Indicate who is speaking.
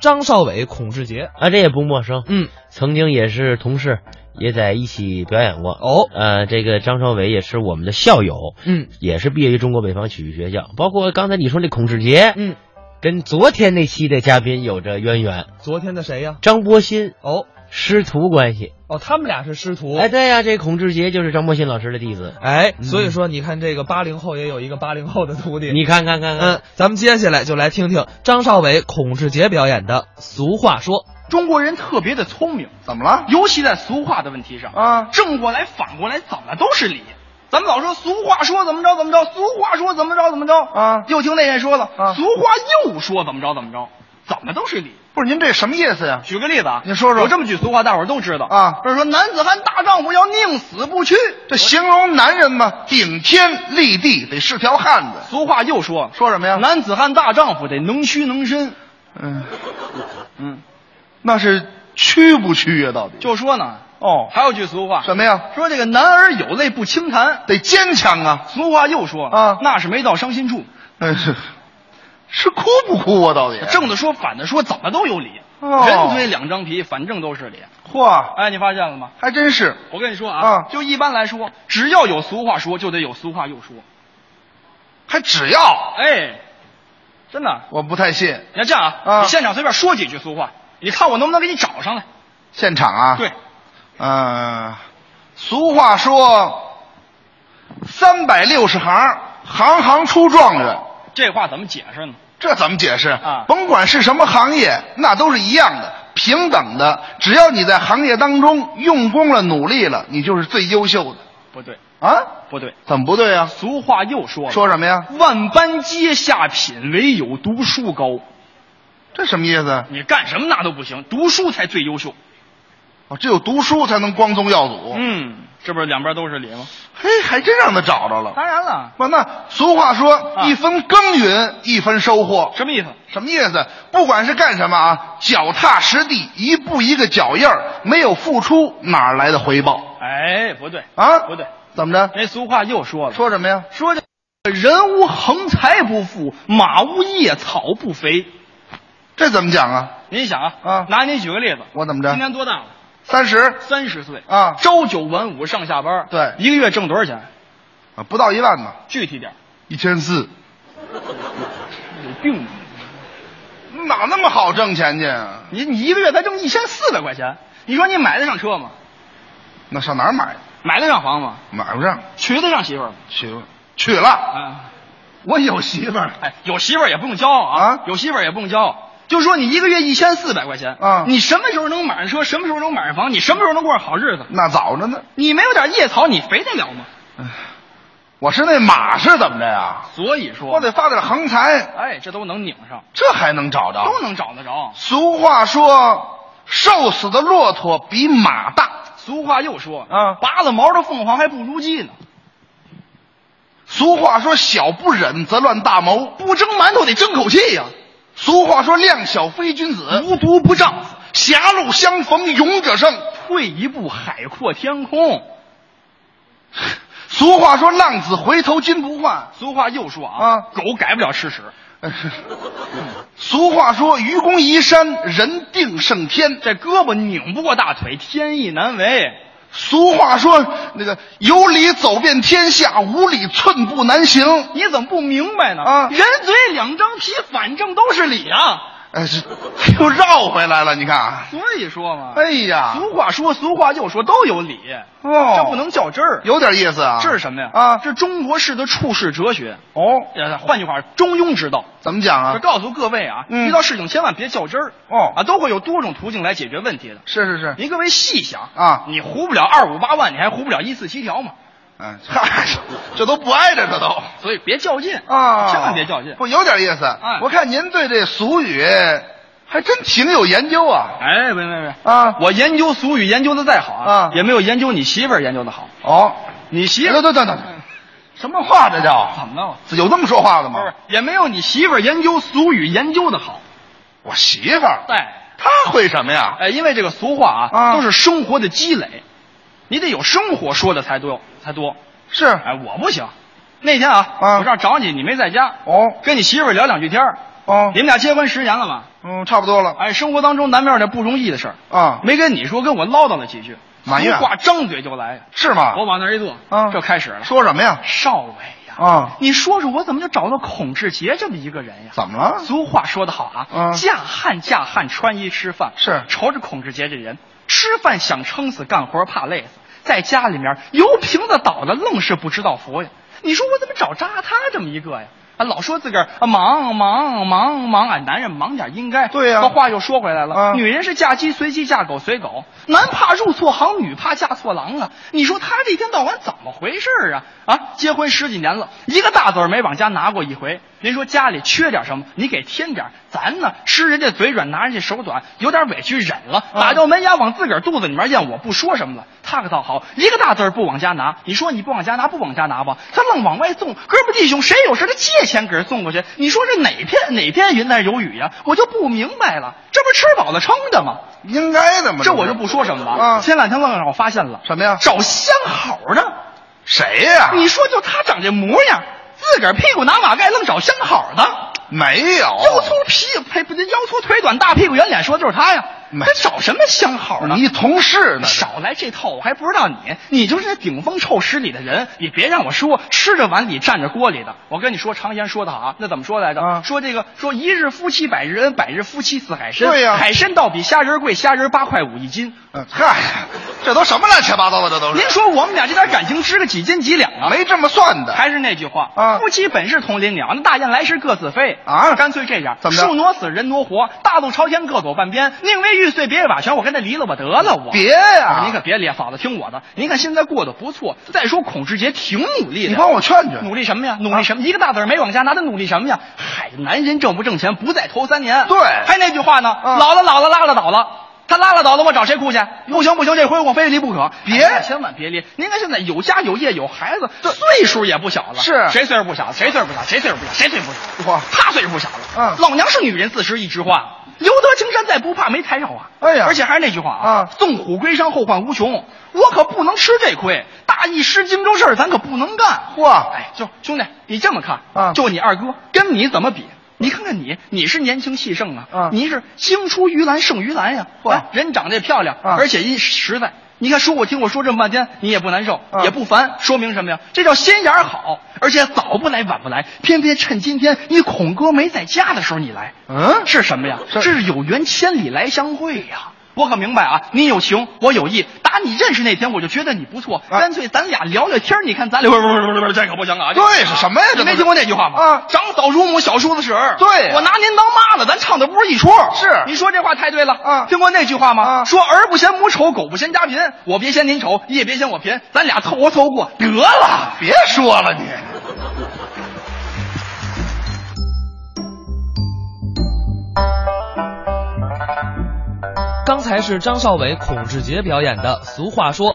Speaker 1: 张少伟、孔志杰。
Speaker 2: 啊，这也不陌生，
Speaker 1: 嗯，
Speaker 2: 曾经也是同事，也在一起表演过。
Speaker 1: 哦，
Speaker 2: 呃，这个张少伟也是我们的校友，
Speaker 1: 嗯
Speaker 2: 也是毕业于中国北方曲艺学校。包括刚才你说那孔志杰，
Speaker 1: 嗯，
Speaker 2: 跟昨天那期的嘉宾有着渊源。
Speaker 1: 昨天的谁呀？
Speaker 2: 张伯鑫
Speaker 1: 哦
Speaker 2: 师徒关系，
Speaker 1: 哦，他们俩是师徒。
Speaker 2: 哎，对呀、嗯这孔志杰就是张伯鑫老师的弟子。
Speaker 1: 哎，所以说你看这个八零后也有一个八零后的徒弟。
Speaker 2: 你看看看看，
Speaker 1: 嗯，咱们接下来就来听听张少伟、孔志杰表演的《俗话说》。
Speaker 3: 中国人特别的聪明，
Speaker 4: 怎么了？
Speaker 3: 尤其在俗话的问题上，
Speaker 4: 啊，
Speaker 3: 正过来反过来怎么都是理。
Speaker 4: 咱们老说俗话说怎么着怎么着，俗话说怎么着怎么着啊
Speaker 3: 又听那人说了，
Speaker 4: 啊
Speaker 3: 俗话又说怎么着怎么着，怎么都是理。
Speaker 4: 不是您这什么意思呀？
Speaker 3: 举个例子啊，
Speaker 4: 你说说
Speaker 3: 有这么句俗话，大伙儿都知道
Speaker 4: 啊
Speaker 3: 就是说男子汉大丈夫要宁死不屈。
Speaker 4: 这形容男人嘛，顶天立地得是条汉子。
Speaker 3: 俗话又说了，
Speaker 4: 说什么呀？
Speaker 3: 男子汉大丈夫得能屈能伸。
Speaker 4: 嗯
Speaker 3: 嗯，
Speaker 4: 那是屈不屈啊呀？到底
Speaker 3: 就说呢，
Speaker 4: 哦
Speaker 3: 还有句俗话，
Speaker 4: 什么呀？
Speaker 3: 说这个男儿有泪不轻弹。
Speaker 4: 得坚强啊！
Speaker 3: 俗话又说了
Speaker 4: 啊
Speaker 3: 那是没到伤心处。
Speaker 4: 哎，是是哭不哭啊？到底
Speaker 3: 正的说，反的说，怎么都有理。
Speaker 4: 哦
Speaker 3: 人推两张皮，反正都是理。
Speaker 4: 嚯，
Speaker 3: 哎，你发现了吗？
Speaker 4: 还真是
Speaker 3: 我跟你说
Speaker 4: 啊
Speaker 3: 啊，就一般来说，只要有俗话说，就得有俗话又说。
Speaker 4: 还只要
Speaker 3: 哎，真的，
Speaker 4: 我不太信
Speaker 3: 你看这样
Speaker 4: 啊
Speaker 3: 啊，你现场随便说几句俗话，你看我能不能给你找上来？
Speaker 4: 现场啊。
Speaker 3: 对，
Speaker 4: 嗯，俗话说，三百六十行，行行出状元。
Speaker 3: 这话怎么解释呢？
Speaker 4: 这怎么解释
Speaker 3: 啊
Speaker 4: 甭管是什么行业，那都是一样的，平等的。只要你在行业当中用功了、努力了，你就是最优秀的
Speaker 3: 不对，
Speaker 4: 啊！
Speaker 3: 不对，
Speaker 4: 怎么不对啊？
Speaker 3: 俗话又说了，
Speaker 4: 说什么呀？
Speaker 3: 万般皆下品，唯有读书高。
Speaker 4: 这什么意思？
Speaker 3: 你干什么那都不行，读书才最优秀。
Speaker 4: 哦，只有读书才能光宗耀祖。
Speaker 3: 嗯，这不是两边都是理吗？
Speaker 4: 嘿，还真让他找着了。
Speaker 3: 当然了，
Speaker 4: 不，那俗话说，
Speaker 3: 啊
Speaker 4: 一分耕耘一分收获。
Speaker 3: 什么意思？
Speaker 4: 什么意思？不管是干什么啊，脚踏实地，一步一个脚印儿，没有付出哪儿来的回报
Speaker 3: 哎，不对，
Speaker 4: 啊？
Speaker 3: 不对，
Speaker 4: 怎么着？
Speaker 3: 那俗话又说了，
Speaker 4: 说什么呀？
Speaker 3: 说这人无横财不富，马无夜草不肥。
Speaker 4: 这怎么讲啊？
Speaker 3: 您想啊，
Speaker 4: 啊
Speaker 3: 拿您举个例子，
Speaker 4: 我怎么着
Speaker 3: 今年多大了？
Speaker 4: 三十
Speaker 3: 三十岁
Speaker 4: 啊
Speaker 3: 朝九晚五上下班，
Speaker 4: 对
Speaker 3: 一个月挣多少钱？
Speaker 4: 啊，不到一万吧，
Speaker 3: 具体点儿，
Speaker 4: 一千四，
Speaker 3: 有病吧
Speaker 4: 哪那么好挣钱去？啊？
Speaker 3: 你？你你一个月才挣一千四百块钱，你说你买得上车吗？
Speaker 4: 那上哪儿买？
Speaker 3: 买得上房吗？
Speaker 4: 买不上，
Speaker 3: 娶得上媳妇儿吗？
Speaker 4: 娶了娶了，
Speaker 3: 啊，
Speaker 4: 我有媳妇儿。
Speaker 3: 哎，有媳妇儿也不用骄傲
Speaker 4: 啊
Speaker 3: 有媳妇儿也不用骄傲。就说你一个月一千四百块钱
Speaker 4: 啊
Speaker 3: 你什么时候能买上车？什么时候能买上房？你什么时候能过上好日子？
Speaker 4: 那早着呢，
Speaker 3: 你没有点夜草，你肥得了吗？
Speaker 4: 我是那马是怎么着呀？
Speaker 3: 所以说，
Speaker 4: 我得发点横财，
Speaker 3: 哎，这都能拧上，
Speaker 4: 这还能找着？
Speaker 3: 都能找得着。
Speaker 4: 俗话说，瘦死的骆驼比马大。
Speaker 3: 俗话又说
Speaker 4: 啊
Speaker 3: 拔了毛的凤凰还不如鸡呢，
Speaker 4: 俗话说，小不忍则乱大谋。
Speaker 3: 不蒸馒头得蒸口气呀、
Speaker 4: 俗话说，量小非君子。
Speaker 3: 无毒不丈夫，
Speaker 4: 狭路相逢勇者胜。
Speaker 3: 退一步海阔天空。
Speaker 4: 俗话说，浪子回头金不换。
Speaker 3: 俗话又说啊，
Speaker 4: 啊
Speaker 3: 狗改不了吃屎，
Speaker 4: 俗话说，愚公移山，人定胜天。
Speaker 3: 这胳膊拧不过大腿，天意难违。
Speaker 4: 俗话说，那个有理走遍天下，无理寸步难行。
Speaker 3: 你怎么不明白呢？
Speaker 4: 啊
Speaker 3: 人嘴两张皮，反正都是理啊。
Speaker 4: 哎，这 又绕回来了，你看。
Speaker 3: 所以说嘛，
Speaker 4: 哎呀，
Speaker 3: 俗话说，俗话又说，都有理，
Speaker 4: 哦
Speaker 3: 这不能较真儿。
Speaker 4: 有点意思啊。
Speaker 3: 这是什么呀？
Speaker 4: 啊，
Speaker 3: 这中国式的处世哲学。
Speaker 4: 哦，
Speaker 3: 呃，换句话，中庸之道。
Speaker 4: 怎么讲
Speaker 3: 就
Speaker 4: 啊？
Speaker 3: 告诉各位啊，
Speaker 4: 嗯
Speaker 3: 遇到事情千万别较真儿
Speaker 4: 哦
Speaker 3: 啊，都会有多种途径来解决问题的。
Speaker 4: 是是是，
Speaker 3: 您各位细想
Speaker 4: 啊
Speaker 3: 你糊不了二五八万，你还糊不了一四七条嘛。
Speaker 4: 嗯，嗨， 这都不挨着，这都
Speaker 3: 所以别较劲
Speaker 4: 啊，
Speaker 3: 千万别较劲。
Speaker 4: 不有点意思。
Speaker 3: 哎
Speaker 4: 我看您对这俗语还真挺有研究啊。
Speaker 3: 哎，别别别
Speaker 4: 啊
Speaker 3: 我研究俗语研究的再好
Speaker 4: 啊
Speaker 3: 也没有研究你媳妇儿研究的好。
Speaker 4: 哦，
Speaker 3: 你媳妇儿
Speaker 4: 等等等
Speaker 3: 嗯
Speaker 4: 等，什么话这叫？
Speaker 3: 怎么了？
Speaker 4: 有这么说话的
Speaker 3: 不是
Speaker 4: 吗？，
Speaker 3: 也没有你媳妇儿研究俗语研究的好。
Speaker 4: 我媳妇儿，
Speaker 3: 哎
Speaker 4: 她会什么呀？
Speaker 3: 哎，因为这个俗话啊，
Speaker 4: 啊
Speaker 3: 都是生活的积累，你得有生活说的才多才多。
Speaker 4: 是
Speaker 3: 哎，我不行。那天啊，
Speaker 4: 啊
Speaker 3: 我这儿找你，你没在家，
Speaker 4: 哦
Speaker 3: 跟你媳妇儿聊两句天儿
Speaker 4: 哦
Speaker 3: 你们俩结婚十年了吧？
Speaker 4: 嗯，差不多了
Speaker 3: 哎，生活当中难免有点不容易的事儿，
Speaker 4: 啊，
Speaker 3: 没跟你说，跟我唠叨了几句，
Speaker 4: 埋怨
Speaker 3: 俗话张嘴就来，
Speaker 4: 是吗？
Speaker 3: 我往那儿一坐，
Speaker 4: 啊
Speaker 3: 这开始了。
Speaker 4: 说什么呀？
Speaker 3: 少伟呀，
Speaker 4: 啊，
Speaker 3: 你说说我怎么就找到孔志杰这么一个人呀？
Speaker 4: 怎么了？
Speaker 3: 俗话说得好啊，
Speaker 4: 嗯
Speaker 3: 嫁汉嫁汉，穿衣吃饭
Speaker 4: 是
Speaker 3: 瞅着孔志杰这人，吃饭想撑死，干活怕累死，在家里面油瓶子倒了，愣是不知道佛呀。你说我怎么找扎他这么一个呀？啊，老说自个儿啊忙忙忙忙啊，男人忙点应该。
Speaker 4: 对呀
Speaker 3: 可话又说回来了，
Speaker 4: 啊
Speaker 3: 女人是嫁鸡随鸡，嫁狗随狗，男怕入错行，女怕嫁错郎啊。你说他这一天到晚怎么回事儿啊？啊，结婚十几年了，一个大嘴儿没往家拿过一回。您说家里缺点什么，你给添点儿。咱呢，吃人家嘴软，拿人家手短，有点委屈忍了，
Speaker 4: 嗯
Speaker 3: 打掉门牙往自个儿肚子里面咽，我不说什么了。他可倒好，一个大字儿不往家拿。你说你不往家拿，不往家拿吧，他愣往外送。哥们儿弟兄，谁有事他借钱给人送过去。你说这哪片哪片云南有雨呀、我就不明白了，这不吃饱了撑的吗？
Speaker 4: 应该的嘛。
Speaker 3: 这
Speaker 4: 是
Speaker 3: 我就不说什么了。
Speaker 4: 啊
Speaker 3: 前两天愣让我发现了
Speaker 4: 什么呀
Speaker 3: 找相好呢。
Speaker 4: 谁呀？
Speaker 3: 你说就他长这模样，自个儿屁股拿马盖，愣找相好呢。
Speaker 4: 没有？啊
Speaker 3: 腰粗屁呸不对，腰粗腿短，大屁股圆脸，说的就是他呀。
Speaker 4: 没
Speaker 3: 他找什么相好呢？
Speaker 4: 你同事呢？
Speaker 3: 少来这套，我还不知道你，你就是那顶风臭十里的人，你别让我说吃着碗里站着锅里的。我跟你说，常言说的好啊，那怎么说来着？
Speaker 4: 啊
Speaker 3: 说这个说一日夫妻百日恩，百日夫妻似海参。
Speaker 4: 对呀
Speaker 3: 海参倒比虾仁贵，虾仁八块五一斤。
Speaker 4: 嗯嗨，这都什么乱七八糟的？这都是
Speaker 3: 您说我们俩这点感情值个几斤几两啊？
Speaker 4: 没这么算的。
Speaker 3: 还是那句话
Speaker 4: 啊
Speaker 3: 夫妻本是同林鸟，那大雁来时各自飞
Speaker 4: 啊
Speaker 3: 干脆这样，
Speaker 4: 怎么着
Speaker 3: 树挪死，人挪活，大路朝天各走半边，宁为玉碎，别为瓦全。我跟他离了吧，得了我。
Speaker 4: 别啊呀！
Speaker 3: 您可别咧嫂子，听我的。您看现在过得不错，再说孔志杰挺努力的。
Speaker 4: 你帮我劝劝
Speaker 3: 努力什么呀？努力什么？一个大字儿没往下拿，他努力什么呀？嗨，男人挣不挣钱不在头三年。
Speaker 4: 对
Speaker 3: 还那句话呢，
Speaker 4: 嗯
Speaker 3: 老了老了拉了倒了。他拉了倒了，我找谁哭去？不行不行，这回我非离不可！
Speaker 4: 别
Speaker 3: 哎千万别离！您看现在有家有业有孩子，岁数也不小了。
Speaker 4: 是
Speaker 3: 谁岁数不小了？谁岁数不小？谁岁数不小？谁岁数不小？
Speaker 4: 哇
Speaker 3: 他岁数不小了。
Speaker 4: 嗯
Speaker 3: 老娘是女人，自食一枝花。留得青山在，不怕没柴烧啊！
Speaker 4: 哎呀
Speaker 3: 而且还是那句话
Speaker 4: 啊
Speaker 3: 纵虎归山，后患无穷。我可不能吃这亏，大意失荆州事儿，咱可不能干。
Speaker 4: 嚯
Speaker 3: 哎，就兄弟，你这么看
Speaker 4: 啊
Speaker 3: 就你二哥跟你怎么比？你看看你，你是年轻气盛啊，
Speaker 4: 啊
Speaker 3: 你是青出于蓝胜于蓝呀、
Speaker 4: 嚯
Speaker 3: 哎人长得也漂亮，
Speaker 4: 啊
Speaker 3: 而且一实在。你看，说我听我说这么半天，你也不难受，
Speaker 4: 啊
Speaker 3: 也不烦，说明什么呀？这叫心眼儿好，而且早不来晚不来，偏偏趁今天你孔哥没在家的时候你来，
Speaker 4: 嗯
Speaker 3: 是什么呀？
Speaker 4: 是
Speaker 3: 是有缘千里来相会呀、我可明白啊，你有情，我有意。打你认识那天，我就觉得你不错，
Speaker 4: 啊
Speaker 3: 干脆咱俩聊聊天儿。你看咱俩，不不不不不，这可不行啊！这
Speaker 4: 对是什么呀
Speaker 3: 你
Speaker 4: 这
Speaker 3: 没
Speaker 4: 都是
Speaker 3: 听过那句话吗？
Speaker 4: 啊
Speaker 3: 长嫂如母，小叔子侄儿。
Speaker 4: 对啊
Speaker 3: 我拿您当妈了，咱唱的不是一出。
Speaker 4: 是
Speaker 3: 你说这话太对了。
Speaker 4: 啊
Speaker 3: 听过那句话吗？
Speaker 4: 啊
Speaker 3: 说儿不嫌母丑，狗不嫌家贫。我别嫌您丑，你也别嫌我贫，咱俩凑合凑合过得了。
Speaker 4: 别说了你。
Speaker 1: 刚才是张少伟、孔志杰表演的《俗话说